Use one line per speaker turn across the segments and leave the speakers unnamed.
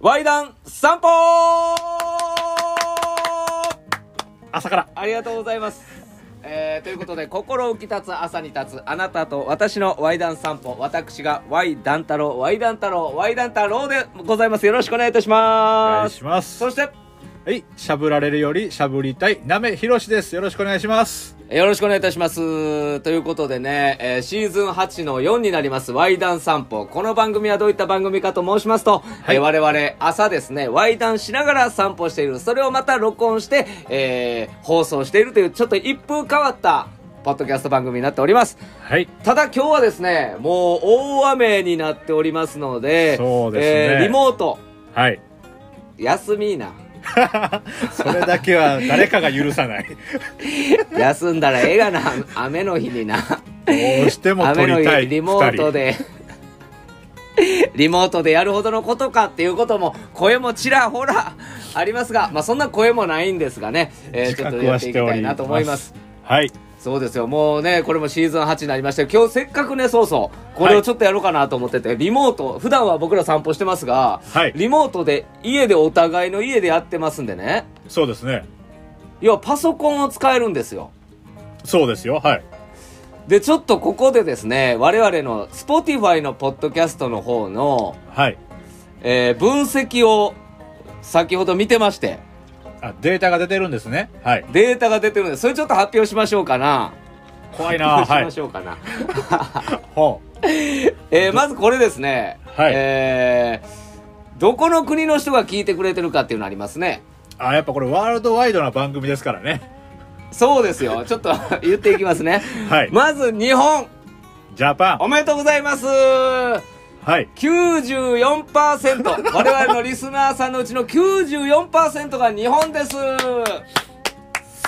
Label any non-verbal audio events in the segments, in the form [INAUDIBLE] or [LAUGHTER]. ワイダン散歩
朝から
ありがとうございます。えーということで、心浮き立つ朝に立つ、あなたと私のワイダン散歩、私がワイダン太郎、ワイダン太郎、ワイダン太郎でございます。よろしくお願いいたし
お願
ま
い
す。
します
そして、
はいしゃぶられるよりしゃぶりたいなめひろしですよろしくお願いします
よろしくお願いいたします。ということでね、えーシーズン8の4になります、ワイダン散歩。この番組はどういった番組かと申しますと、
はい
えー我々朝ですね、ワイダンしながら散歩している。それをまた録音して、えー放送しているという、ちょっと一風変わった、ポッドキャスト番組になっております。
はい
ただ今日はですね、もう大雨になっておりますので、
そうですね
えーリモート、
はい
休みな。
それだけは誰かが許さない
休んだらええがな、雨の日にな。
[LAUGHS] どうしても撮
雨の
りたい
リモート
二人
でリモートでやるほどのことかっていうことも声もちらほらありますが、まあ、そんな声もないんですがね、えー
自
ちょっと
覚
や
は
ってい
し
き
てお
たい
り
な
ます
と思います
はい
そうですよもうねこれもシーズン8になりましたけど今日せっかくねそうそうこれをちょっとやろうかなと思ってて、リモート普段は僕ら散歩してますが、
はい
リモートで家でお互いの家でやってますんでね
そうですね
要はパソコンを使えるんですよ
そうですよはい
でちょっとここでですね我々の Spotify のポッドキャストの方の
はい
えー分析を先ほど見てまして、
あデータが出てるんですねはい
データが出てるので、それちょっと発表しましょうかな。
怖いな
発 [LAUGHS]
は
表しま
い
しょうかな。
ほう
えーまずこれですね。
はい
えーどこの国の人が聞いてくれてるかっていうのありますね。
あやっぱこれワールドワイドな番組ですからね
そうです
[LAUGHS]
よ。ちょっと [LAUGHS] 言っていきますね。
はい
まず日本、
ジャパン
おめでとうございます。
はい
94%我々のリスナーさんのうちの94%が日本ですそ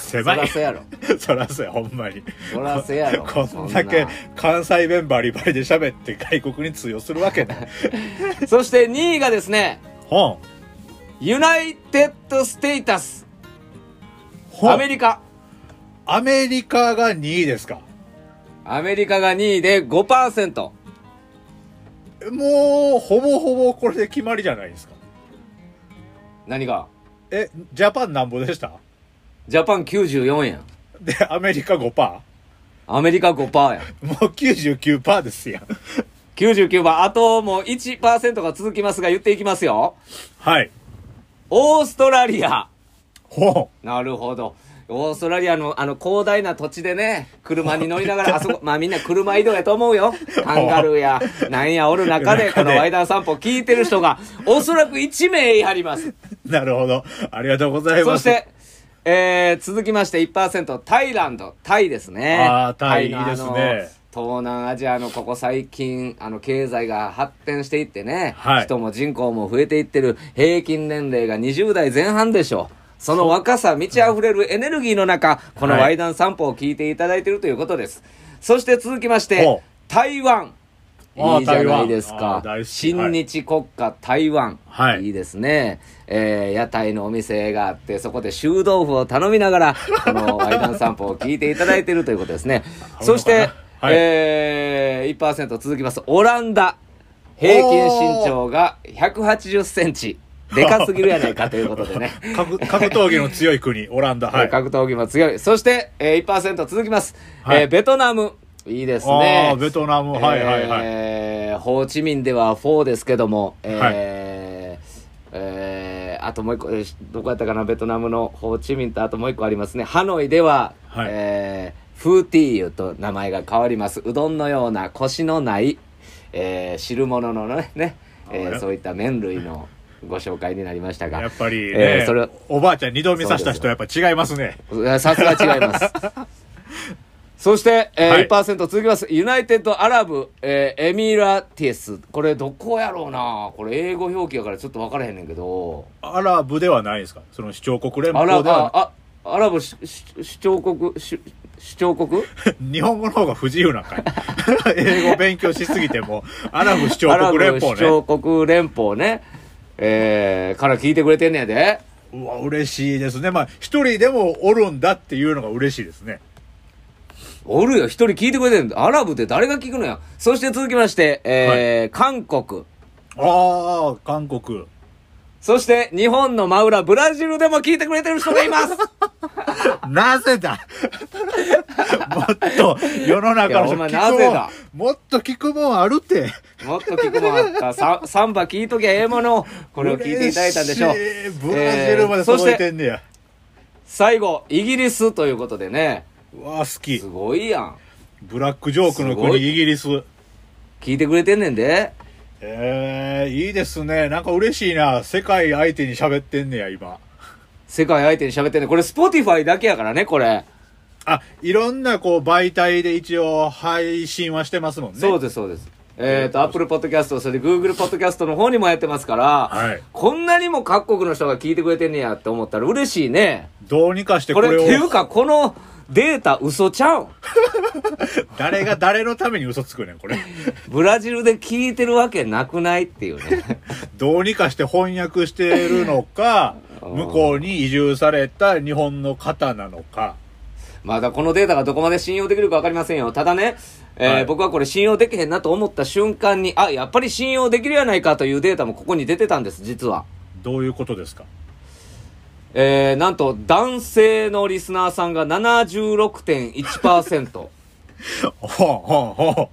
狭
ら
い
そやろ
[LAUGHS] そらそうやほんまに
そらせやろ
こんだけ
そんな
関西弁バリバリで喋って外国に通用するわ
[LAUGHS]
けない
そして2位がですね
ほん
ユナイテッド・ステータス
ほん
アメリカ
アメリカが2位ですか
アメリカが2位で5%
もうほぼほぼこれで決まりじゃないですか
何が
えジャパンなんぼでした
ジャパン94やん
でアメリカ5%も
アメリカ5%やん
う99%ですやん
99番あともう1%が続きますが言っていきますよ
はい
オーストラリア
ほ
なるほどオーストラリアのあの広大な土地でね車に乗りな [LAUGHS] がらあそこまあみんな車移動やと思うよカンガルーやなんやおる中でこのワイダン散歩聞いてる人がおそらく1名やります
んなるほどありがとうござい
そ
ます
して、えー、続きまして1%、タイランド、タイですね。
あータイ
の
いいですね
あの東南アジアのここ最近、あの、経済が発展していってね、
はい
人も人口も増えていってる、平均年齢が20代前半でしょう。その若さ、満ち溢れるエネルギーの中、この
はい
ワイダン散歩を聞いていただいているということです。そして続きまして
ほう、
台湾。
あー
いいじゃないです
台湾あ
か
ー大。好き
親日国家、台湾。
はい
いいですね。えー屋台のお店があって、そこで臭豆腐を頼みながら、このワイダン散歩を聞いていただいているということですね。
[LAUGHS]
そして、
はい
えー、1%続きます。オランダ。平均身長が180センチ。でかすぎるやないかということでね。
格格闘技の強い国オランダ [LAUGHS] はい
格闘技も強い。そして、えー、1%続きます。
はい
えーベトナム。いいです
あ
ね
あ。ベトナムはいはいはい、
えーホーチミンでは4ですけども、えー
はい
えーあともう一個、えーどこやったかな、ベトナムのホーチミンとあともう一個ありますね。ハノイでは、
はい
えーフーティーユと名前が変わります。うどんのようなコシのない、えー汁物のね、ねえ
あ
ー
れ
そういった麺類のご紹介になりましたが。
やっぱり
え
ね、
ーそれ
おばあちゃん二度見させた人はやっぱ違いますね。
さすが違います。そして、えー
はい
1%続きます。ユナイテッドアラブ、えーエミラティス。これどこやろうなこれ英語表記やからちょっと分からへんねんけど。
アラブではないですかその主張国連
ア
邦
ラ
で
ブ、
は
あ、あアラブしし主張国、し主張国
[LAUGHS] 日本語の方が不自由なんかい [LAUGHS] 英語勉強しすぎてもアラブ首
ア
長
ラ
国
ブ
連
主
邦ね
張国連邦ね。えーから聞いてくれてんねやで。
うわ嬉しいですねまあ一人でもおるんだっていうのが嬉しいですね
おるよ、一人聞いてくれてんのアラブって誰が聞くのや。そして続きまして、えー韓国。
ああ韓国
そして、日本の真裏、ブラジルでも聞いてくれてる人がい
[LAUGHS]
ます。
なぜだ [LAUGHS] もっと世の中
いや
の
ほんま
聞
なぜだ
くもん、もっと聞くもんあるって。
もっと聞くもあった。ササンバ聞いときゃええものを、これを聞いていただいたんでし
[LAUGHS]
ょう。
嬉しいブラジルま
え
で
ーそ
届
し
いて
て、
んねや。
最後、イギリスということでね、
うわ、好き
す。ごいやん。
ブラックジョークの
すご
国、
い
イギリス。
聞いてくれてんねんで。
ええいいですね。なんか嬉しいな。世界相手に喋ってんねや、今。
世界相手に喋ってんねん。これ、スポティファイだけやからね、これ。
あ、いろんなこう媒体で一応配信はしてますもんね。
そうです、そうです。えっ、と、Apple Podcast、それで Google Podcast の方にもやってますから、
はい
こんなにも各国の人が聞いてくれてんねやって思ったら嬉しいね。
どうにかして
こ
こ
れ、
れ
っていう
を、
か、このデータ嘘ちゃうん
誰が誰のために嘘つくねん、こ
[LAUGHS]
れ。
ブラジルで聞いてるわけなくないっていう
[LAUGHS]
ね。
どうにかして翻訳してるのか、向こうに移住された日本の方なのか。
まだこのデータがどこまで信用できるか分かりませんよ。ただね、えー
はい
僕はこれ信用できへんなと思った瞬間に、あ、やっぱり信用できるやないかというデータもここに出てたんです、実は。
どういうことですか [LAUGHS]
えー、なんと男性のリスナーさんが76.1%。
[LAUGHS] ほんほんほん。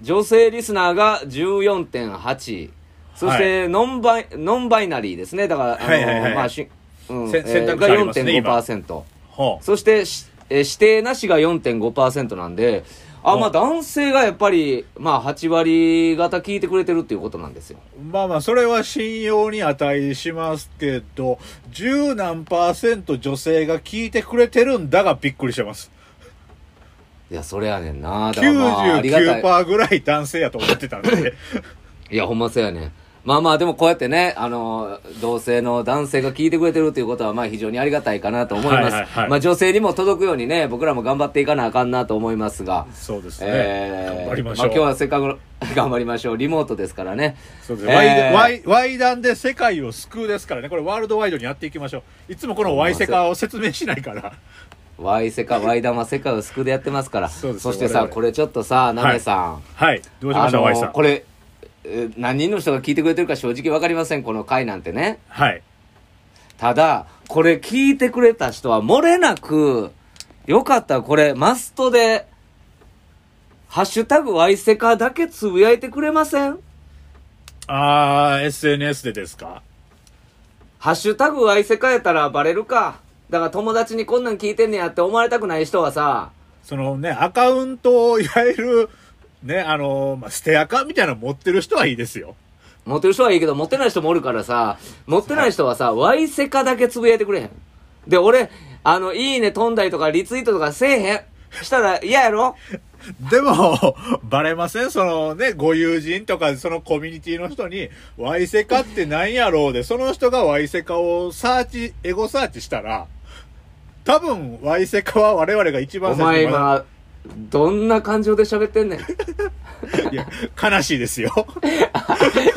女性リスナーが14.8。そして、ノンバイ、ノンバイナリーですね。だから、あのー
はいはいはい
まあ、しうん、
せ選択肢
が
ありますね今
4.5%。
ほん。
そしてし、えー指定なしが4.5%なんで、あ、まあ男性がやっぱり、まあ8割方聞いてくれてるっていうことなんですよ。
まあまあ、それは信用に値しますけど、十何パーセント女性が聞いてくれてるんだがびっくりしてます。
いや、それやねんな。だからまあ、ありがたい。
99%ぐらい男性やと思ってたんで。
いや、ほんまそうやねん。まあまあ、でもこうやってね、あの、同性の男性が聞いてくれてるということは、まあ非常にありがたいかなと思います。
はいはいはい
まあ女性にも届くようにね、僕らも頑張っていかなあかんなと思いますが。
[LAUGHS] そうですね。
えー
頑張りましょ
あ
う。
今日はせっかくの、 [LAUGHS] 頑張りましょう。リモートですからね。
そうです
えー
ねワイドワイワイダンで世界を救うですからね。これワールドワイドにやっていきましょう。いつもこのワイセカを説明しないから。
ワイセカ、ワイダマ世界を救うでやってますから。
[LAUGHS] そうですよ
して
我
さ、
々
これちょっとさ、ナメさん。
はい。どうしました、
ー
ワイさん。
これ、えー何人の人が聞いてくれてるか正直わかりません、この回なんてね。
はい。
ただ、これ聞いてくれた人は漏れなく、よかったらこれ、マストで、ハッシュタグワイセカだけつぶやいてくれません
あー、SNS でですか
ハッシュタグ愛せかやったらバレるか。だから友達にこんなん聞いてんねやって思われたくない人はさ、
そのね、アカウントをいわゆる、ね、あのーまあ、捨てアカみたいなの持ってる人はいいですよ。
持ってる人はいいけど持ってない人もおるからさ、持ってない人はさ、ワイセカだけつぶやいてくれへん。で、俺、あの、いいね飛んだりとかリツイートとかせえへん。したら嫌やろ
でも、 [LAUGHS] バレませんそのね、ご友人とか、そのコミュニティの人に、ワイセカってなんやろうで、その人がワイセカをサーチ、エゴサーチしたら、多分、ワイセカは我々が一番
お前
ま
今、どんな感情で喋ってん [LAUGHS] ねん。
だいや、悲しいですよ。
[LAUGHS]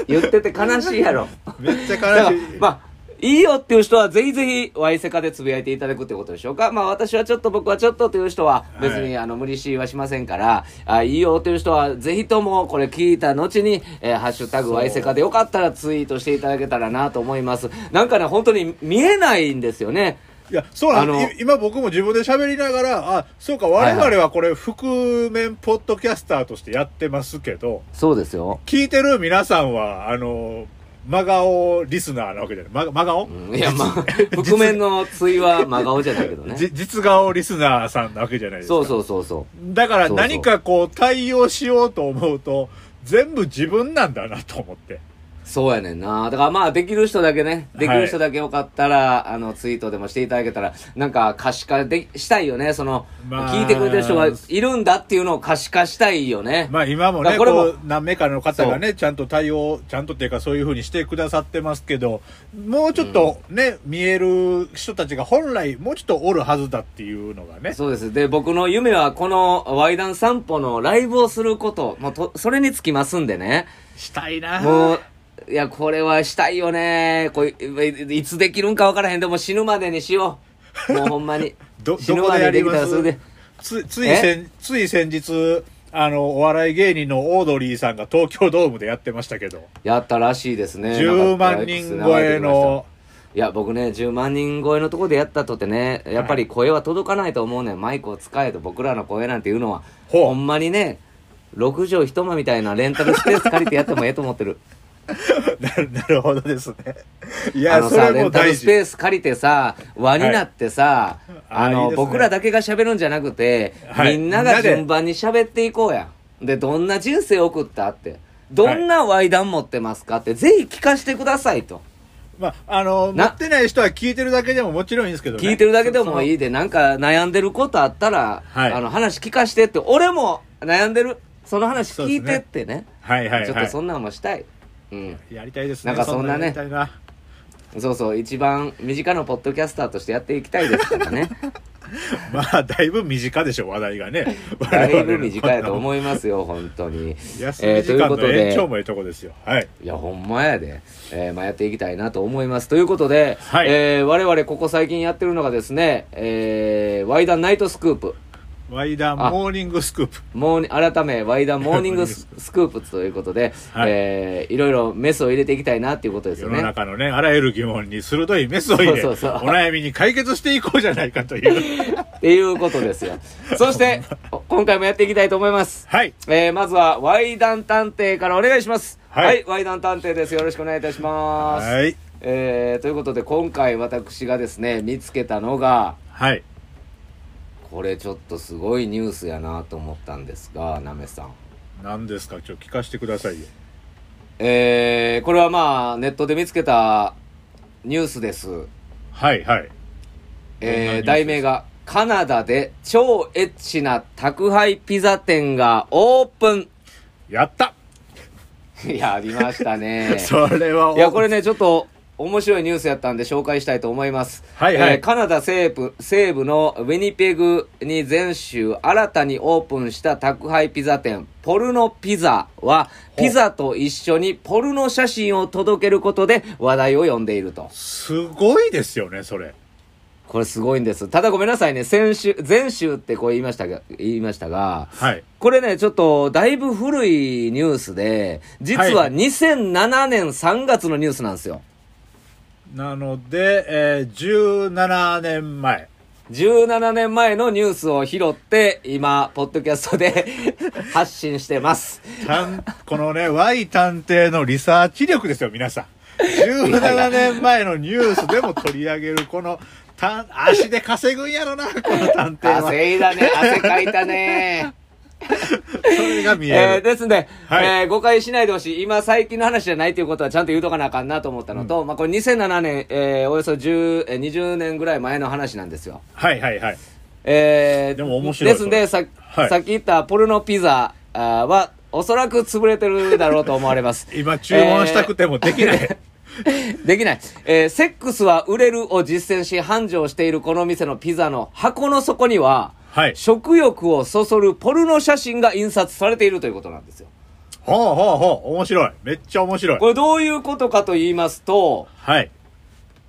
言ってて悲しいやろ。
めっちゃ
だか
悲
ら
しい。
まあ、いいよっていう人はぜひぜひ、ワイセカでつぶやいていただくってことでしょうか。まあ、私はちょっと、僕はちょっとという人は、別に、
はい
あの、無理しはしませんから、あいいよという人は、ぜひとも、これ聞いた後に、えーハッシュタグワイセカでよかったらツイートしていただけたらなと思います。なんかね、本当に見えないんですよね。
いや、そうなん
あの
です。い今僕も自分で喋りながら、あ、そうか、我々はこれ、覆面ポッドキャスターとしてやってますけど、
そうですよ。
聞いてる皆さんは、あの、真顔リスナーなわけじゃない。ま、真顔、
うんいや、まあ、 [LAUGHS] 覆面のついは真顔じゃないけど [LAUGHS] ね。
じ実顔リスナーさんなわけじゃないですか。
そうそうそうそう。
だから
そうそう
何かこう対応しようと思うと、全部自分なんだなと思って。
そうやねんな。だからまあ、できる人だけね、できる人だけよかったら、あの、ツイートでもしていただけたら、なんか可視化でしたいよね。その、
まあ
聞いてくれてる人がいるんだっていうのを可視化したいよね。
まあ今も
だか
ね、
らこれも
こう何名かの方がね、ちゃんと対応、ちゃんとっていうかそういうふうにしてくださってますけど、もうちょっとね、見える人たちが本来もうちょっとおるはずだっていうのがね。
そうです。で、僕の夢はこのワイダン散歩のライブをすること、もうと、それにつきますんでね。
したいな
もう、いや、これはしたいよね。こういいつできるんかわからへん。でも死ぬまでにしよう。もうほんまに
[LAUGHS] 。ど、
死
ど
ぬ
こ
ま
で
で
や
で
り
きた
ま
らそれ
す
で。
つつい先、つい先日、あの、お笑い芸人のオードリーさんが東京ドームでやってましたけど、 [LAUGHS]
やったらしいですね。
10万人超えの、
いや、僕ね、10万人超えのところでやったとてね、やっぱり声は届かないと思うねん。マイクを使えと僕らの声なんていうのは、
ほう
ほんまにね、6畳一間みたいなレンタルスペース借りてやってもええと思ってる。
なるなるほどですね。い
あ
や、
の
そ
さ、
れ
レ
も
ンタル
大
スペ
事。
ース借りてさ、輪になってさ、
はい
あ
あいい
の、
ですね
僕らだけが喋るんじゃなくて、
はい
みんな
みんな
が
で
順番に喋っていこうや。で、どんな人生を送ったって、どんなワイダン持ってますかって、ぜひ聞かせてくださいと。
まあ、あの、持
な
ってない人は聞いてるだけでももちろんいいんですけどね。
聞いてるだけでも
い
いいで、なんか悩んでることあったら、
はい
あの話聞かしてって、俺も悩んでる、その話聞いてってね。
はいはいはい。
ちょっとそんなんもしたい。うん。
やりたいです
な
ね。
んかそんなね
やりたいな
そうそう、一番身近なポッドキャスターとしてやっていきたいですから
[LAUGHS]
ね。
まあ、だいぶ身近でしょ、話題がね。
[LAUGHS] だいぶ短いと
う。 [LAUGHS]
思いますよ、本当に。
休
え
み
ーと
時
いう
間
こと
の延長
で、
もいいとこですよ。はい。
いや、ほんまやで、えーまあ、やっていきたいなと思います。ということで、
はい
えー我々ここ最近やってるのがですね、えーワイダンナイトスクープ。
ワイダーモーニングスクープ。
モーニ改め、ワイダモーニングススクープということで、
はい
えーいろいろメスを入れていきたいなっていうことです
世
よ
の
ね。
中のね、あらゆる疑問に鋭いメスを入れ、
そ
お
うそうそう
悩みに解決していこうじゃないかと
[LAUGHS]
いう。
っていうことです
[LAUGHS]
よ。そして、お今回もやっていきたいと思います。
はい。
えーまずは、ワイダン探偵からお願いします。
はい
はい、ワイダン探偵です。よろしくお願いいたします。
はい。
えーということで、今回私がですね、見つけたのが、
はい。
これちょっとすごいニュースやなと思ったんですが、なめさん。
何ですか、ちょっと聞かせてくださいよ。
えーこれはまあ、ネットで見つけたニュースです。
はい、はい。
えー
どんなニュースですか
題名が、カナダで超エッチな宅配ピザ店がオープン [LAUGHS]
やった。
いや、ありましたね
それは、
いや、これね、ちょっと、面白いニュースやったんで紹介したいと思います。
はいは
ー
い
カナダ西部、西部のウィニペグに全州新たにオープンした宅配ピザ店、ポルノピザは、
ほう
ピザと一緒にポルノ写真を届けることで話題を呼んでいると。
すごいですよね、それ。
これすごいんです。ただごめんなさいね、先週、前週ってこう言いましたが、言いましたが、
はい。
これね、ちょっと、だいぶ古いニュースで、実
は
はい2007年3月のニュースなんですよ。
なので、えー、17年前。
17年前のニュースを拾って、今、ポッドキャストで [LAUGHS] 発信してます。
たんこのね、Y 探偵のリサーチ力ですよ、皆さん。17年前のニュースでも取り上げる、この、たん、足で稼ぐんやろな、この探偵は。
汗いだね、汗かいた
[LAUGHS]
ね。
それが見
え
え
ー
る。
ですね、
はい
えー誤解しないでほしい。今、最近の話じゃないということはちゃんと言うとかなあかんなと思ったのと、まあ、これ2007年、えーおよそ10、えー20年ぐらい前の話なんですよ。
はいはいはい。
えー
でも面白い
ですんで、
そ
さ
れ,、はい
さっき言ったポルノピザあーは、おそらく潰れてるだろうと思われます。
[LAUGHS] 今、注文したくてもできない。
できない。えー [LAUGHS] セックスは売れるを実践し繁盛しているこの店のピザの箱の底には、
はい。
食欲をそそるポルノ写真が印刷されているということなんですよ。
ほうほうほう。面白い。めっちゃ面白い。
これどういうことかと言いますと、
はい。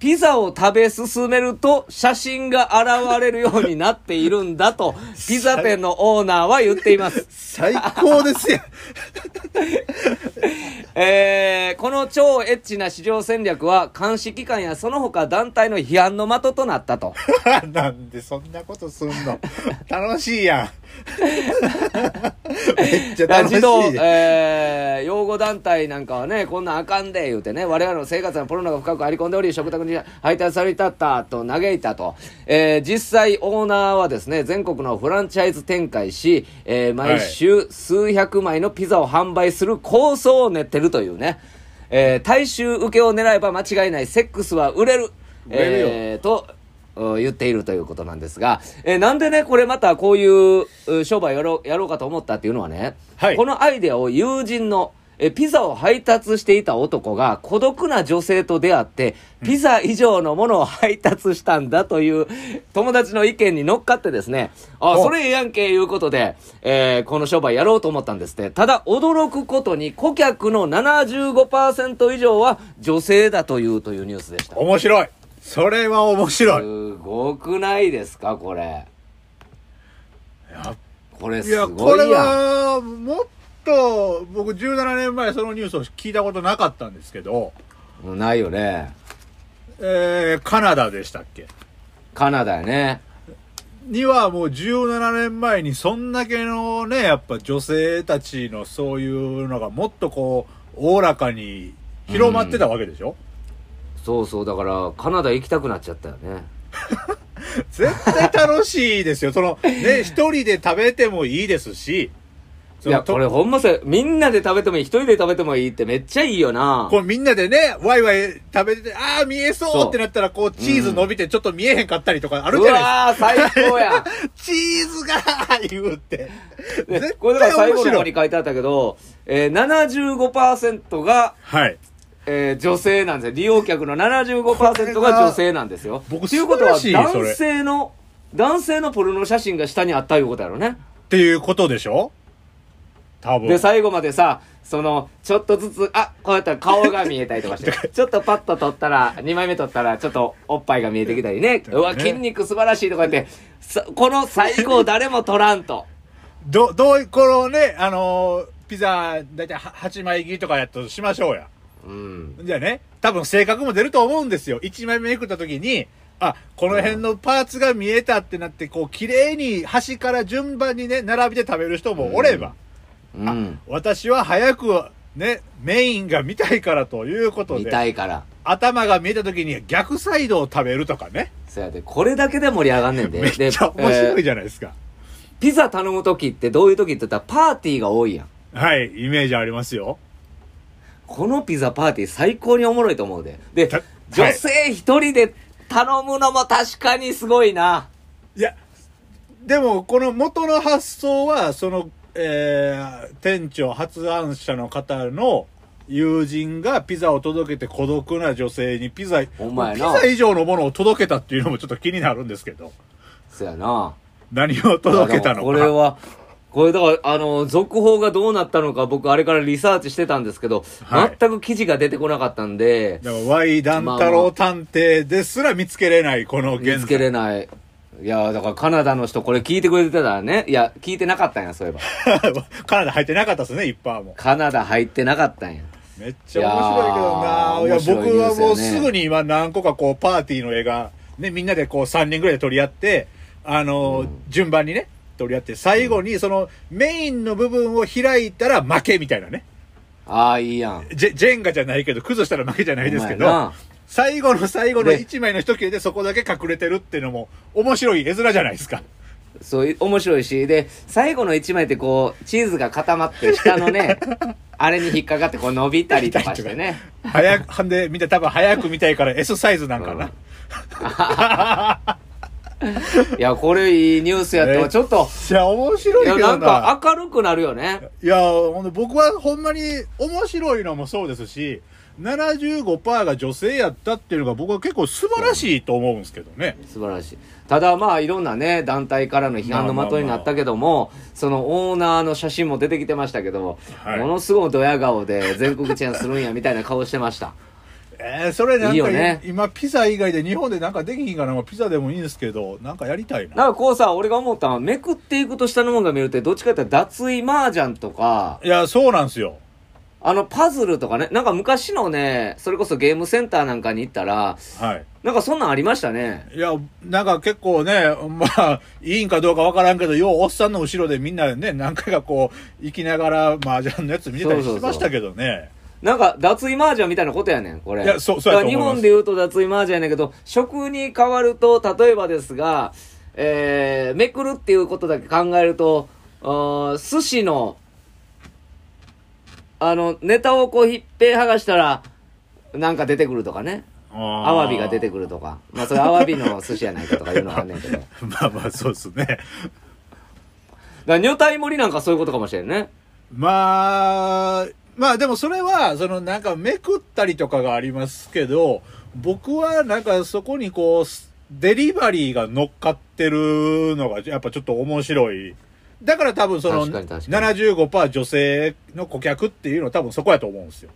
ピザを食べ進めると写真が現れるようになっているんだと、ピザ店のオーナーは言っています。
[LAUGHS] 最高ですよ。
えーこの超エッチな市場戦略は監視機関やその他団体の批判の的となったと。
[LAUGHS] なんでそんなことすんの楽しいやん。 [LAUGHS] めっちゃ楽しい。
児童、えー養護団体なんかはね、こんなんあかんで、言うてね、我々の生活のポルノが深くあり込んでおり、食卓に配達されたったと嘆いたと。えー実際オーナーはですね、全国のフランチャイズ展開し、えー毎週数百枚のピザを販売する構想を練ってるというね、えー大衆受けを狙えば間違いない、セックスは売れる。
売れるよ
えーと、うん言っているということなんですが、えーなんでね、これまたこういううん商売やろうやろうかと思ったっていうのはね、
はい
このアイデアを友人の、えーピザを配達していた男が孤独な女性と出会って、ピザ以上のものを配達したんだという友達の意見に乗っかってですね、あ、
お
それええやんけ、いうことで、えーこの商売やろうと思ったんですって。ただ、驚くことに顧客の75%以上は女性だというというニュースでした。
面白い。それは面白い。
すごくないですかこれ
やっ
これ
い
す
や、こ
ご
れ
いやん。
は、もっと、僕17年前そのニュースを聞いたことなかったんですけど、
うんないよね。
えー、カナダでしたっけ
カナダやね。
にはもう17年前にそんだけのね、やっぱ女性たちのそういうのがもっとこう、おおらかに広まってたわけでしょ、
そうそう、だから、カナダ行きたくなっちゃったよね。
絶対楽しいですよ。その、ね、一人で食べてもいいですし、
いや、これほんまさ、みんなで食べてもいい、一人で食べてもいいってめっちゃいいよな。
こうみんなでね、ワイワイ食べてて、ああ、見えそ
そうう
ってなったら、こう、チーズ伸びてちょっと見えへんかったりとかある
う
じゃない
わー、最高
[LAUGHS]
やん。
ですか。チーズが言うって。
で
絶
これだから
対
最
面
後の
白
方に
い。
書いてあったけど、えー、75%が、
はい。
えー女性なんですよ。利用客の75%が女性なんですよ。
僕
ということは、
素晴らしいそれ
男性の、男性のポルノ写真が下にあったいうことやろね。
っていうことでしょ多分。
で、最後までさ、その、ちょっとずつ、あ、こうやったら顔が見えたりと
[LAUGHS]
かして、ちょっとパッと撮ったら、2枚目撮ったら、ちょっとおっぱいが見えてきたり
[LAUGHS]
ね、うわ、筋肉素晴らしいとか言って、さこの最
[LAUGHS]
高誰も撮らんと。
ど、どうい、このね、あのーピザ、だいたい8枚切りとかやったとしましょうや。
うん。
じゃあね、多分性格も出ると思うんですよ。1枚目めくった時に、あ、この辺のパーツが見えたってなって、こう、綺麗に端から順番にね、並びで食べる人もおれば、
うん。
私は早く、ね、メインが見たいからということ
見た
で、
いから。
頭が見えた時に逆サイドを食べるとかね。
そやで、これだけで盛り上がんねんで。
めっ
で
ちゃ面白い
えー
じゃないですか。
ピザ頼む時ってどういう時って言ったら、パーティーが多いやん。
はい、イメージありますよ。
このピザパーティー最高におもろいと思うで。で
た、
女性一人で頼むのも確かにすごいな。
いや、でも、この元の発想は、その、えー、店長、発案者の方の友人がピザを届けて孤独な女性にピザ、
ほんまや
ピ
な
ザ以上のものを届けたっていうのもちょっと気になるんですけど、
そやな。
何を届けたのか。
これは、これだから、あの、続報がどうなったのか僕あれからリサーチしてたんですけど、
はい
全く記事が出てこなかったんで、
だから、Y 団太郎探偵ですら見つけれない、この現在。
見つけれない。いや、だからカナダの人これ聞いてくれてたらね、いや、聞いてなかったんや、そういえば。
[LAUGHS] カナダ入ってなかったですね、一般も。
カナダ入ってなかったんや。
めっちゃ面白いけどないい
やー
や
面白い
僕はもう
ニュースやね
すぐに今何個かこうパーティーの映画、ね、みんなでこう3人ぐらいで取り合って、あのー順番にね、取り合って、最後にそのメインの部分を開いたら負けみたいなね。
ああ、いいやん。
ジェジェンガじゃないけど、崩したら負けじゃないですけ
ほんまや
ど
な、
最後の最後の
で
1枚の一切れでそこだけ隠れてるっていうのも面白い絵面じゃないですか。
そう、い面白いし、で、最後の一枚ってこう、チーズが固まって、下の
[LAUGHS]
ね、あれに引っかかってこう伸びたりとかしてね。
早く、はんで、みんな多分早く見たいから S サイズなんかな。
いや、これいいニュースやって
ね
も、ちょっと、
いや、面白い
い
け
や、
どな。
なんか明るくなるよね。
いやー、ほんで僕はほんまに面白いのもそうですし、75%が女性やったっていうのが僕は結構素晴らしいと思うんですけどね。
素晴らしい。ただまあ、いろんなね、団体からの批判の的になったけども、そのオーナーの写真も出てきてましたけども、
はい
ものすごいドヤ顔で全国チェーンするんやみたいな顔してました。
えー、それなんか
いいよね
今ピザ以外で日本でなんかできひんかな、まあピザでもいいんですけど、なんかやりたいな。
なんかこうさ、俺が思ったのは、めくっていくと下のもんが見えるって、どっちかって言ったら脱衣麻雀とか、
いや、そうなんですよ。
あの、パズルとかね、なんか昔のね、それこそゲームセンターなんかに行ったら、
はい。
なんかそんなんありましたね。
いや、なんか結構ね、 [LAUGHS] まあ、いいんかどうかわからんけど、ようおっさんの後ろでみんなでね、何回かこう、行きながら、麻雀のやつ見てたりしてましたけどね。
なんか、脱衣麻雀みたいなことやねん、これ。
いやそうそうやと思い
だ
ます
から日本で言うと脱衣麻雀やねんけど、食に変わると、例えばですが、えー、めくるっていうことだけ考えると、あー寿司の、あの、ネタをこう、ひっぺ剥がしたら、なんか出てくるとかね。ア
ア
ワビが出てくるとか。まあ、それアワビの寿司やないかとかいうのはあんねんけど。だか
[LAUGHS] まあまあ、そうですね。
ら女体盛りなんかそういうことかもしれんね。
まあ、まあでもそれは、そのなんかめくったりとかがありますけど、僕はなんかそこにこう、デリバリーが乗っかってるのがやっぱちょっと面白い。だから多分その
確かに確か
75%女性の顧客っていうのは多分そこやと思うんですよ。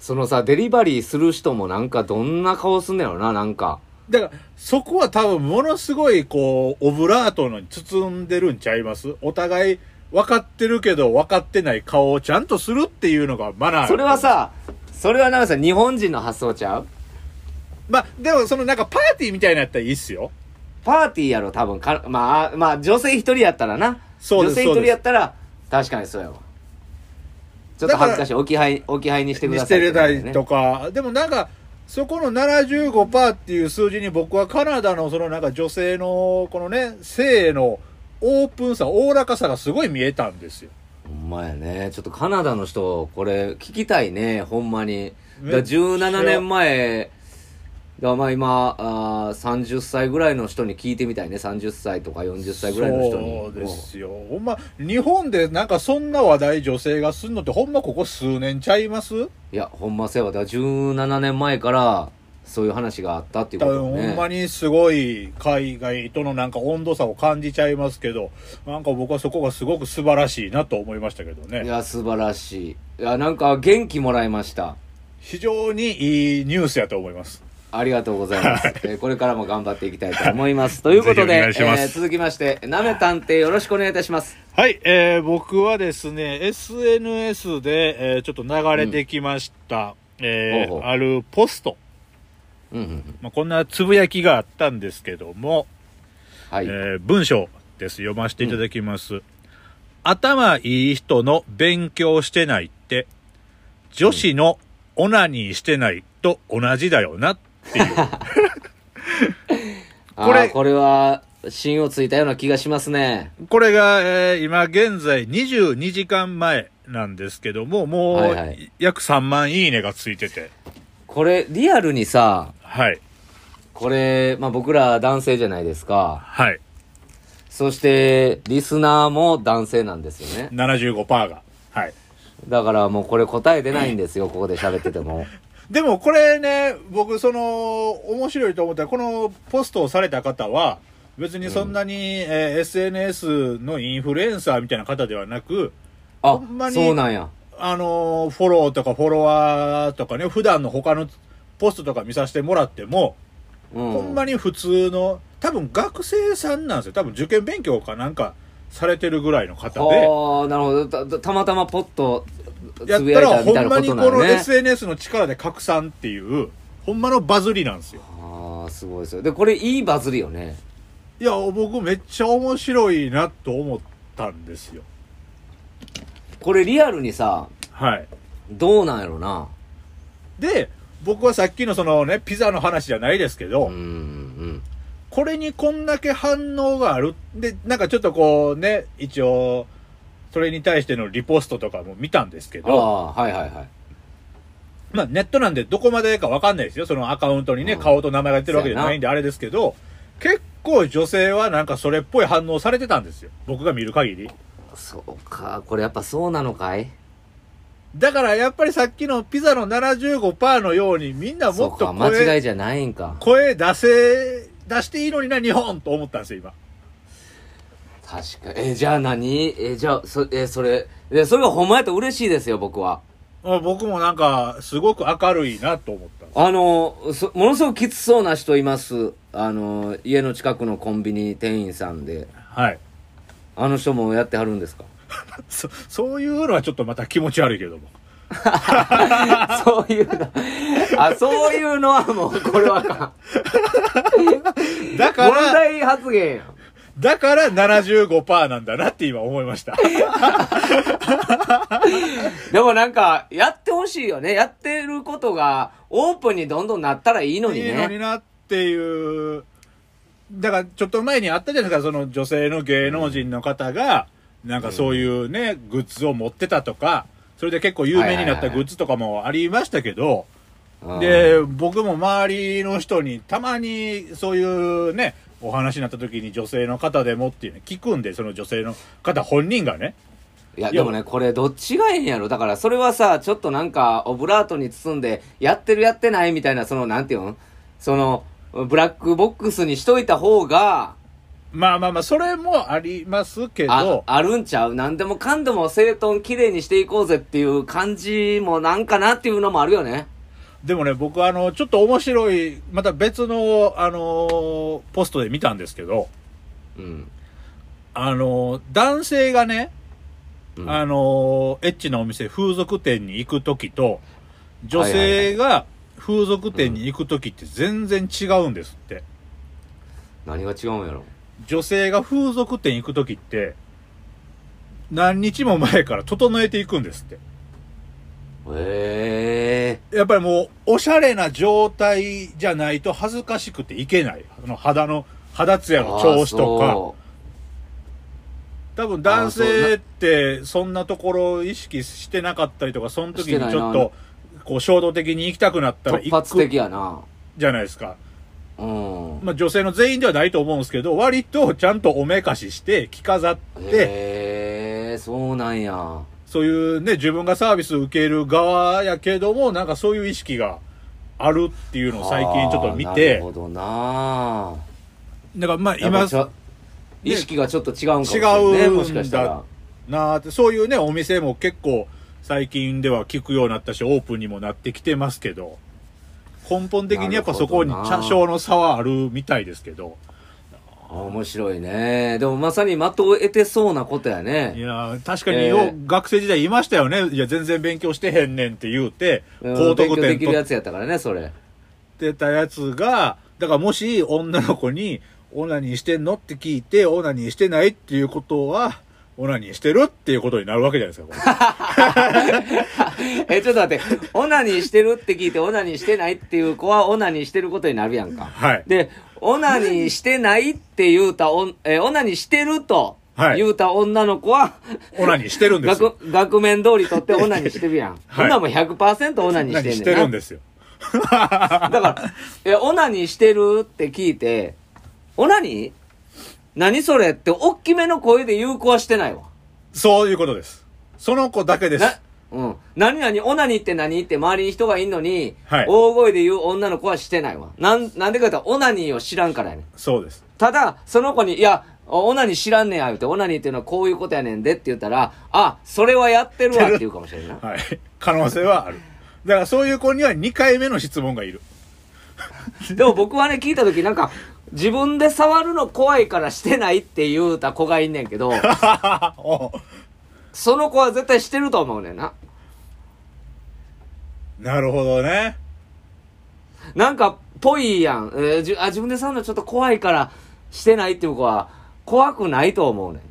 そのさ、デリバリーする人もなんかどんな顔すんねやろな、なんか。
だから、そこは多分ものすごい、こう、オブラートのに包んでるんちゃいますお互い分かってるけど分かってない顔をちゃんとするっていうのがマナー。
それは、さ、それはなんかさ、日本人の発想ちゃう
まあ、でもそのなんかパーティーみたいなやったらいいっすよ。
パーティーやろ、多分か。まあ、まあ、女性一人やったらな。
そうです
女性一人やったら、確かにそうやわ。ちょっと恥ずかしい。置き配、置き配にしてく
に
だ
し
さい
て
って
る
ことだ
た
よね、
りとか、でもなんか、そこの75%っていう数字に僕はカナダのそのなんか女性のこのね、性のオープンさ、おおらかさがすごい見えたんですよ。
ほんまやね。ちょっとカナダの人、これ聞きたいね、ほんまに。だから
めっちゃ
17年前、だからまあ今あー、30歳ぐらいの人に聞いてみたいね。30歳とか40歳ぐらいの人に。
そうですよ。ほんま、日本でなんかそんな話題女性がすんのってほんまここ数年ちゃいます
いや、ほんませやわ。だから17年前から、そういう話があったっていう
多
こと
分
ね。
ほんまにすごい海外とのなんか温度差を感じちゃいますけど、なんか僕はそこがすごく素晴らしいなと思いましたけど
い
ね。
や、素晴らしい。いや、なんか元気もらいました。
非常にいいニュースやと思います。
ありがとうございます。えーこれからも頑張っていきたいと思います。ということ
[LAUGHS] ぜひお
で
願、いします
続きまして、なめ探偵よろしくお願いいたします。
はい、えー、僕はですね、SNS で、えーちょっと流れてきました、えー
ほうほう
あるポスト、
うんうんうん。
まあ、こんなつぶやきがあったんですけども、
はい。
えー文章です。読ませていただきます。頭いい人の勉強してないって、女子のオナニーしてないと同じだよなっていう。
あー
これ
これは、芯をついたような気がしますね。
これが、えー今現在22時間前なんですけども、もう、
はいはい
約3万いいねがついてて。
これ、リアルにさ、
はい。
これ、まあ僕ら男性じゃないですか。
はい。
そして、リスナーも男性なんですよね。
75%が。はい。
だからもうこれ答え出ないんですよ、ここで喋ってて
[LAUGHS]
も。
でもこれね、僕その、面白いと思ったら、このポストをされた方は、別にそんなに、えー SNS のインフルエンサーみたいな方ではなく、
あ
ほんま、に
そうなんや。
あのーフォローとかフォロワーとかね、普段の他のポストとか見させてもらっても、
うん。
ほんまに普通の、多分学生さんなんですよ。多分受験勉強かなんかされてるぐらいの方で。
ああ、なるほど。たたたまたまポッと
や
つ
っ
ぶ
た
やいたみ
らほ
たいな
んま
こ
に
と
こ
なの
の
ね。
SNS の力で拡散っていう、ほんまのバズりなんですよ。
ああ、すごいですよ。で、これいいバズるよね。
いや、僕めっちゃ面白いなと思ったんですよ。
これリアルにさ、
はい。
どうなんやろな。
で、僕はさっきのそのね、ピザの話じゃないですけど、
うん、うん。
これにこんだけ反応がある。で、なんかちょっとこうね、一応、それに対してのリポストとかも見たんですけ
あ
ど、
あ、はいはいはい。
まあネットなんでどこまでかわかんないですよ。そのアカウントにね、
うん
顔と名前が出てるわけじゃないんであれですけど、結構女性はなんかそれっぽい反応されてたんですよ。僕が見る限り。
そうか、これやっぱそうなのかい
だからやっぱりさっきのピザの75%のようにみんな
そ
も
う
っと
か、間違
声
いじゃないんか。
声出せ、出していいのにな、日本と思ったんですよ、今。
確かえ、じゃあ何え、じゃあ、そ、え、それ、え、それがほんまやと嬉しいですよ、僕は。
あ僕もなんか、すごく明るいなと思った。
あの、そものすごくきつそうな人います。あの、家の近くのコンビニ店員さんで。
はい。 [LAUGHS]
あの人もやってはるんですか
そ、そういうのはちょっとまた気持ち悪いけども。
そういうの。あ、そういうのはもう、これはあか
だ
ん。
か
問
ら、
題発言やん。
だから75%なんだなって今思いました。
でもなんか、やってほしいよね。やってることが、オープンにどんどんなったらいいのに
いいのに
ね。
なっていう。だから、ちょっと前にあったじゃないですか、その女性の芸能人の方が、なんかそういうね、グッズを持ってたとか、それで結構有名になったグッズとかもありましたけど、
うん、
で、僕も周りの人にたまにそういうね、お話になった時に女性の方でもっていうね、聞くんで、その女性の方本人がね。
いや、でもね、これどっちがええんやろ。だから、それはさ、ちょっとなんか、オブラートに包んで、やってるやってないみたいな、その、なんていうのその、ブラックボックスにしといた方が、
まあまあまあ、それもありますけ
あ
ど、
あるんちゃう何でもかんでも整頓きれいにしていこうぜっていう感じもなんかなっていうのもあるよね。
でもね、僕あの、ちょっと面白い、また別の、あの、ポストで見たんですけど、
うん。
あの、男性がね、
うん
あの、エッチなお店、風俗店に行くときと、女性が風俗店に行くときって全然違うんですって。
何が違うんやろ
女性が風俗店行くときって、何日も前から整えていくんですって。
え
やっぱりもう、おしゃれな状態じゃないと恥ずかしくていけない。あの肌の、肌ツ
え
ヤの調子とか。多分男性ってそんなところを意識してなかったりとか、その時にちょっと、こう衝動的に行きたくなったら
突
行
発的
く
やな。
じゃないですか。
うん。
まあ女性の全員ではないと思うんですけど、割とちゃんとおめかしして、着飾って、
へえそうなんや。
そういうね、自分がサービス受ける側やけども、なんかそういう意識があるっていうのを最近ちょっと見
あーなる
て
ほ、どな。
だからまあ
や
今
っぱちょ意識がちょっと違うんかもしれないね。
違うんだ
もしかしたら。
なあって、そういうね、お店も結構最近では聞くようになったし、オープンにもなってきてますけど、根本的にやっぱそこに
なるほどな
多少の差はあるみたいですけど、
面白いね。でもまさに的を得てそうなことや
い
ね。
やー確かに
えー
よ、学生時代いましたよね。いや、全然勉強してへんねんって言うて、
うん勉
高
強
得
で
点
きる
取
や
っ
つやったからね、それ。 [LAUGHS]
てたやつが、だからもし女の子に、オナニーしてんのって聞いて、オナニーしてないっていうことは、オナニーしてるっていうことになるわけじゃないですか、これ
え、ちょっと待って、オナニーしてるって聞いて、オナニーしてないっていう子は、オナニーしてることになるやんか。
はい
で、オナニーしてないって言うたおん、え、オナニーしてると
はい
言うた女の子は、
オナニーしてるんですよ。
額、額面通りとってオナニーしてるやん。
はい
ほんならもう100%オナ
オ
ニー
ナ
し
ニー
て
し
んね
て
んな
るん。ですよ。
だから、え、オナニーしてるって聞いて、オナニー何それって、大きめの声で言う子はしてないわ。
そういうことです。その子だけです
な。、うん。何々、オナニーって何って周りに人がいんのに、
はい
大声で言う女の子はしてないわ。なん、なんでかって言ったら、オナニーを知らんからやねん。
そうです。
ただ、その子に、いや、オナニー知らんねや、言うて、オナニーっていうのはこういうことやねんでって言ったら、あ、それはやってるわって言うかもしれんな。
はい。可能性はある。だからそういう子には2回目の質問がいる。 [LAUGHS]
でも僕はね、聞いた時なんか、自分で触るの怖いからしてないって言うた子がいんねんけど、
お
その子は絶対してると思うねんな。
なるほどね。
なんか、ぽいやん。えーじゅあ自分で触るのちょっと怖いからしてないっていう子は、怖くないと思うねん。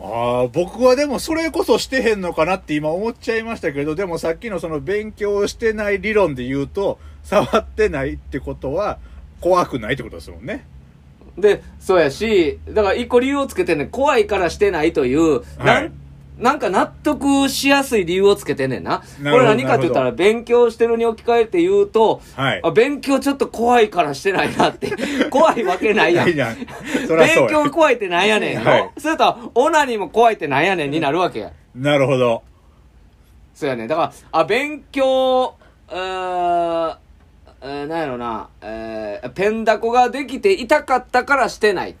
ああ、僕はでもそれこそしてへんのかなって今思っちゃいましたけど、でもさっきのその勉強してない理論で言うと、触ってないってことは怖くないってことですもんね。
で、そうやし、だから一個理由をつけてんねん。怖いからしてないという、
はい
なん、なんか納得しやすい理由をつけてんねんな。こ
なるほど
れ何かって言った
な
ら、
るほ
勉強してるに置き換えて言うと、
はい
あ勉強ちょっと怖いからしてないな
[LAUGHS]
って。怖いわけないやん。
いいじゃん。そりゃそ
勉
うや
強。怖いってなんやねんやろ。
はい
それと、オナニーも怖いってなんやねんになるわけや。
なるほど。
そうやね。だから、あ、勉強、うーん、えーなんやろな、えーペンダコができて痛かったからしてない。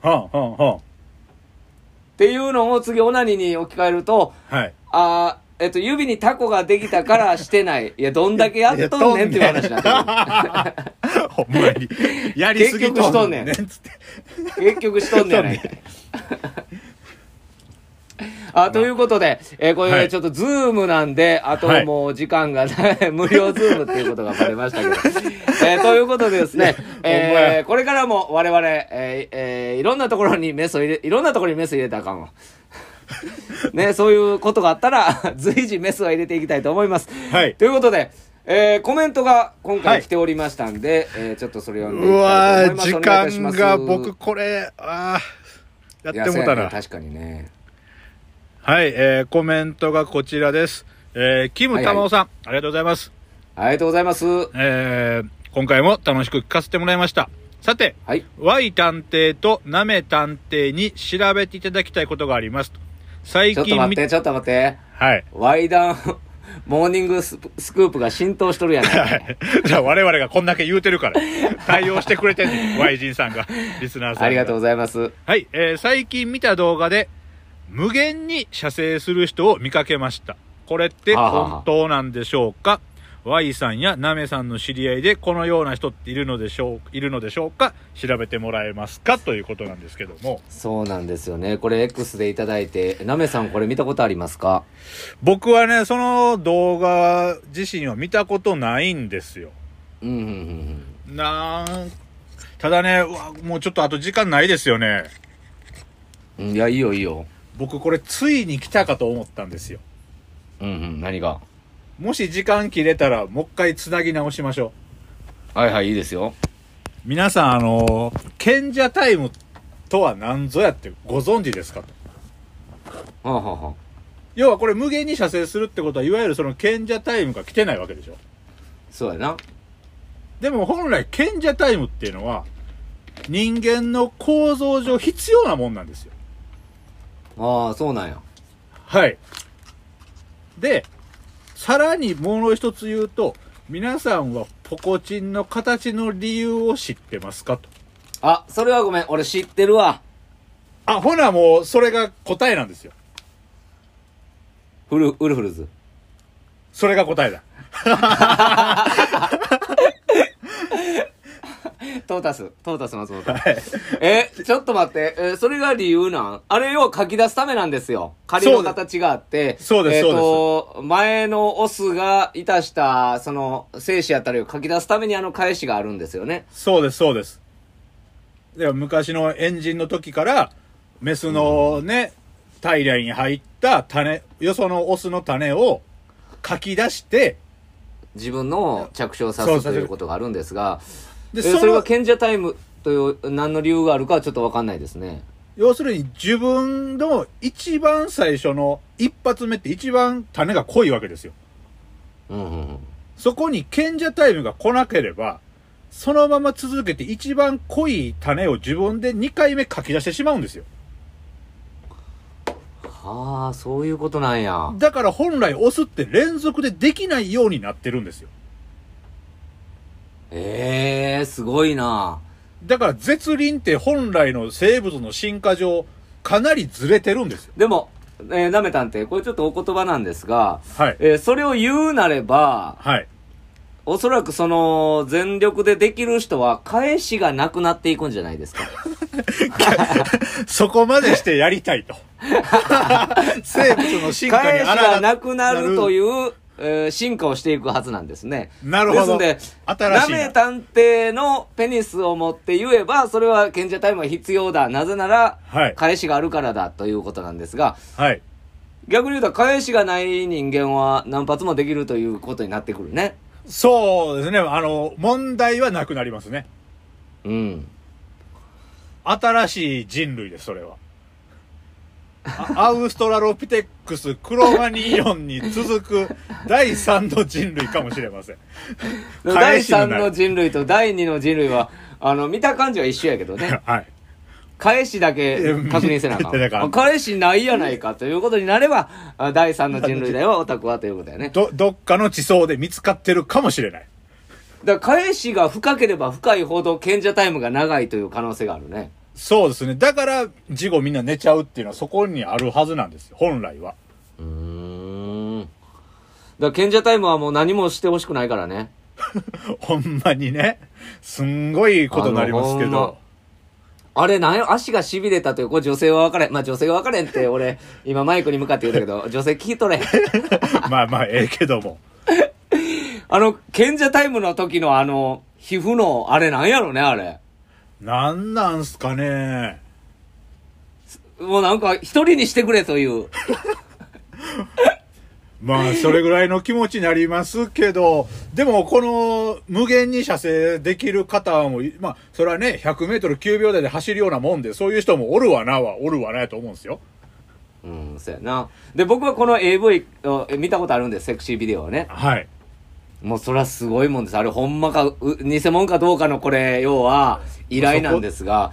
はんはんはん。
っていうのを次オナニーに置き換えると、
はい。
あーえっと、指にタコができたからしてない。いや、どんだけやっとんねんっていう話になっ
[LAUGHS] ほんまに。やりすぎとんねん。
結
つって。 [LAUGHS]
てる。結局しとんねやないかい。 [LAUGHS] あ、ということで、えーこ
は
れ
い
ちょっとズームなんで、あと
はい
もう時間がない、 [LAUGHS] 無料ズームっていうことがバレました
[LAUGHS]
けど。えーということでですね、
ほんま
えー
や
これからも我々、えーえーいろんなところにメスを入れ、いろんなところにメス入れたらあかんわ。 [LAUGHS] ね、そういうことがあったら、 [LAUGHS] 随時メスは入れていきたいと思います。
はい
ということで、えーコメントが今
は
回
い
来ておりましたんで、えーちょっとそれを読んで
う
いき
わ
たいと
ー
思います。
時
お願いいたし
間
ます
が僕これあーやってもうた
いやそ
な
うやね確かにね。
はい、えー、コメントがこちらですえー、キムタマオさん、ありがとうございます
ありがとうございます。は
えー、今回も楽しく聞かせてもらいましたさて
い。
Y 探偵とナメ探偵に調べていただきたいことがあります最
ちょっ
近
と待っ
み
て、ちょっと待って。
はい
ワイダン、 [LAUGHS] モーニングスプスクープが浸透しとるやないかい。
[LAUGHS] じゃあ我々がこんだけ言うてるから対応してくれて
[LAUGHS]
んねん Y 人さんがリスナーさん
ありがとうございます。
はい、えー最近見た動画で、無限に射精する人を見かけました。これって
はあはあ
本当なんでしょうか Y さんやナメさんの知り合いでこのような人っているのでしょういるのでしょうか調べてもらえますかということなんですけども
そうなんですよね。これ X でいただいて、ナメさんこれ見たことありますか
僕はねその動画自身は見たことないんですよ
うんうんうんうん。
なんただねうわもうちょっとあと時間ないですよね
うんいや、いいよいいよ。
僕これついに来たかと思ったんですよ
うんうん、何が。
もし時間切れたらもう一回つなぎ直しましょう
はいはい、いいですよ。
皆さんあの賢者タイムとは何ぞやってご存知ですかと
はあ、はあはあ、
要はこれ無限に射精するってことはいわゆるその賢者タイムが来てないわけでしょ
そうやな。
でも本来賢者タイムっていうのは人間の構造上必要なもんなんですよ
ああ、そうなんや。
はい。で、さらにもう一つ言うと、皆さんはポコチンの形の理由を知ってますかと。
あ、それはごめん。俺知ってるわ。
あ、ほなもう、それが答えなんですよ。
フル、ウルフルズ。
それが答えだ。
トータス、トータス松本。え、ちょっと待って、えそれが理由なんあれを書き出すためなんですよ。仮の形があって。
そうです
えっ、
そうです
と、前のオスがいたした、その、精子あたりを書き出すためにあの返しがあるんですよね。
そうです、そうです。では昔のエンジンの時から、メスのね、体内に入った種、よそのオスの種を書き出して、
自分のを着床さ
そ
せ
う
る
さ
と
せる
いうことがあるんですが、え
で、
そ
そ
れは
の、
賢者タイムという何の理由があるかはちょっとわかんないですね。
要するに自分の一番最初の一発目って一番種が濃いわけですよ。
うんうんうん。
そこに賢者タイムが来なければ、そのまま続けて一番濃い種を自分で2回目書き出してしまうんですよ。
はあ、そういうことなんや。
だから本来オスって連続でできないようになってるんですよ。
ええー、すごいな。
だから絶輪って本来の生物の進化上、かなりずれてるんですよ。
でも、えー、なめたんて、これちょっとお言葉なんですが、
はい。
えーそれを言うなれば、
はい。
おそらくその、全力でできる人は、返しがなくなっていくんじゃないですか。
そこまでしてやりた
[LAUGHS]
いと。生物の進化に
返し
抗
がなくなると
う。
いう、えー進化をしていくはずなんですね。
なるほど。
ですので、
新
ラ
しい
メ
な。
探偵のペニスを持って言えば、それは賢者タイムは必要だ。なぜなら、
はい。
返しがあるからだということなんですが、
はい。
逆に言うと返しがない人間は何発もできるということになってくるね。
そうですね。あの、問題はなくなりますね。
うん。
新しい人類です、それは。あアウストラロピテックス、クロマニヨンに続く第3の人類かもしれません。
第
返しに
3
なる
の人類と第2の人類は、あの、見た感じは一緒やけどね。
はい。
返しだけ確認せなあか
いや見てなあか
ん。
ん
返しないやないかということになれば、あ第3の人類だよ、オタクはということだよね。
ど、どっかの地層で見つかってるかもしれない。
だから返しが深ければ深いほど賢者タイムが長いという可能性があるね。
そうですね。だから、事後みんな寝ちゃうっていうのはそこにあるはずなんですよ、本来は。
うーん。だから賢者タイムはもう何もしてほしくないからね。
ほんまにね。すんごいことになりますけ
あのほんま
ど。
あれ、なんや、足が痺れたという、これ女性は分からへん。まあ女性が分からへんって、俺、今マイクに向かって言うたけど、女性聞き取れへん。
まあまあ、ええけども。
あの、賢者タイムの時のあの、皮膚の、あれなんやろね、あれ。
なんなんすかね。
もうなんか、一人にしてくれという。
まあ、それぐらいの気持ちになりますけど、でも、この、無限に射精できる方もい、まあ、それはね、100メートル9秒台で走るようなもんで、そういう人もおるわなは、おるわなやと思うんですよ。
うん、そうやな。で、僕はこの AV をえ見たことあるんです、セクシービデオをね。
はい。
もうそりゃすごいもんです。あれ、ほんまか、う偽物かどうかのこれ、要は、依頼なんですが、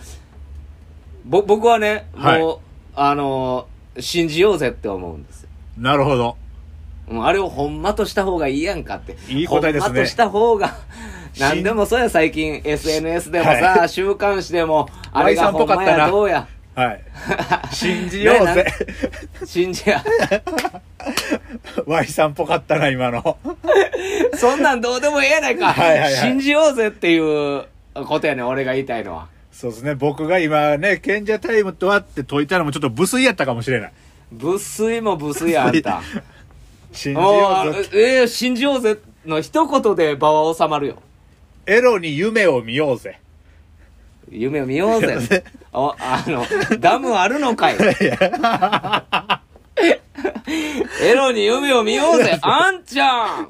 ぼ、僕はね、もう、
はい
あの、信じようぜって思うんですよ。
なるほど。
うんあれをほんまとした方がいいやんかって。
いい答えですね
ほんまとした方
[LAUGHS]
が、
し
何でもそうや、最近、SNS でもさ、
は
週刊誌でも、あれが
Y さん
ほ
ぽ
ん
か
ま
った
や、
な [LAUGHS]
どうや。
はい。信じよう
ね
[LAUGHS] ぜ。
信じや。
Y さんっぽかったな、今の。
そんなんどうでもええやないか。
はいはいはい
信じようぜっていうことやねん俺が言いたいのは。
そうですね、僕が今ね、賢者タイムとはって解いたのもちょっと無粋やったかもしれない。
無粋も無粋や、あんた。
[LAUGHS] 信じよ
も
うぞ
う。、ええ信じようぜの一言で場は収まるよ。
エロに夢を見ようぜ。
夢を見よう
[LAUGHS]
ぜ。お、あの、ダムあるのかい。エロに夢を見ようぜ。
[LAUGHS]
あんちゃん。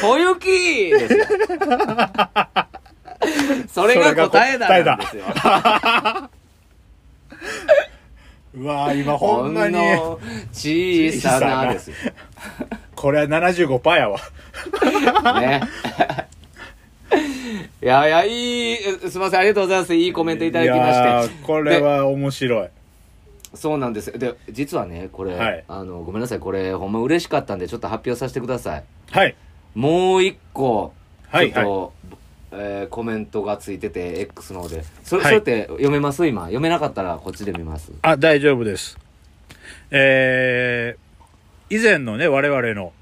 小雪ですよそれが答えだなんですよ。
うわぁ、今ほ
ほ
ん
ん
まに、
の小さなですよ。
これは75%やわ。 [LAUGHS]
ね。いやいや、いい、すみません、ありがとうございます。いいコメントいただきま
いや
して。
ーこれは面白い。
そうなんですよで実はねこれ、
はい
あのごめんなさいこれほんま嬉しかったんでちょっと発表させてください
はい。
もう一個ち
は
ょっ
い
と、えーコメントがついてて X の方でそれ,、
はい
それって読めます今読めなかったらこっちで見ます
あ、大丈夫です。えー、以前のね、我々の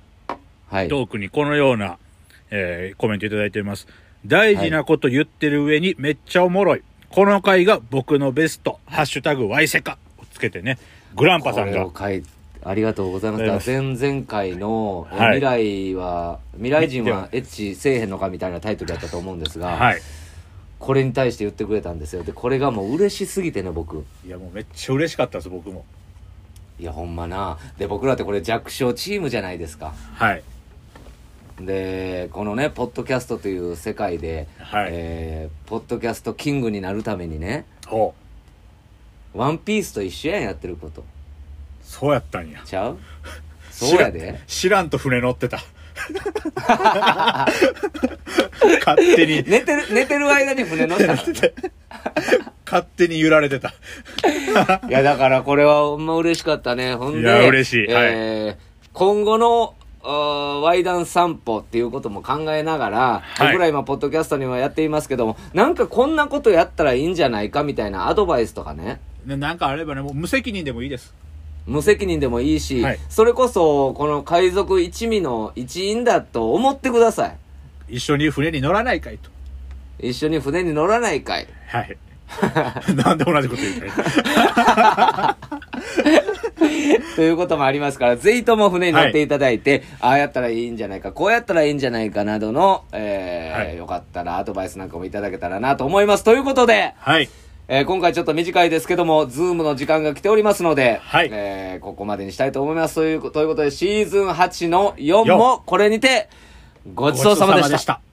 はい
トークにこのような、えーコメントいただいております。大事なこと言ってる上にめっちゃおもろい。この回が僕のベスト。ハッシュタグワイセカをつけてね、グランパ
こ
さ
れ
んが
を。書いありがとうございま
ありが
す前々回の、えー
はい
未来は未来人
いや
はエッチせえへんのかみたいなタイトルだったと思うんですが、
はい。
これに対して言ってくれたんですよでこれがもう嬉しすぎてね僕
いや、もうめっちゃ嬉しかったです、僕も。
いやほんまなで僕らってこれ弱小チームじゃないですか
はい。
でこのねポッドキャストという世界で、
はい
えーポッドキャストキングになるためにね
お
「
う
ワンピースと一緒やんやってること
そうやったんや。
ち
[LAUGHS]
ゃうそうや
知らん
で。
知らんと船乗ってた。 [LAUGHS] 勝手に、
寝てる寝てる間に船乗ったからね
勝手に揺られてた。
いやだからこれはほんま嬉しかったねほんで
いや嬉しいはい
えー今後のあーワイダン散歩っていうことも考えながら、
はい
僕ら今ポッドキャストにはやっていますけどもなんかこんなことやったらいいんじゃないかみたいなアドバイスとかね
ね [LAUGHS] なんかあればね、もう無責任でもいいです。
無責任でもいいし、
はい
それこそこの海賊一味の一員だと思ってくださ
一緒に船に乗らないかいと。
い一緒に船に乗らないかい
はい。 [LAUGHS] なんで同じこと言うたらいい
[LAUGHS] ということもありますからぜひとも船に乗っていただいて、ああやったらいいんじゃないかこうやったらいいんじゃないかなどの、えー
はい
よかったらアドバイスなんかもいただけたらなと思いますということで、
[LAUGHS] はい。
えー今回ちょっと短いですけどもズームの時間が来ておりますので、
はい
えーここまでにしたいと思いますということということでシーズン8の4もこれにてごちそうさまでした
た。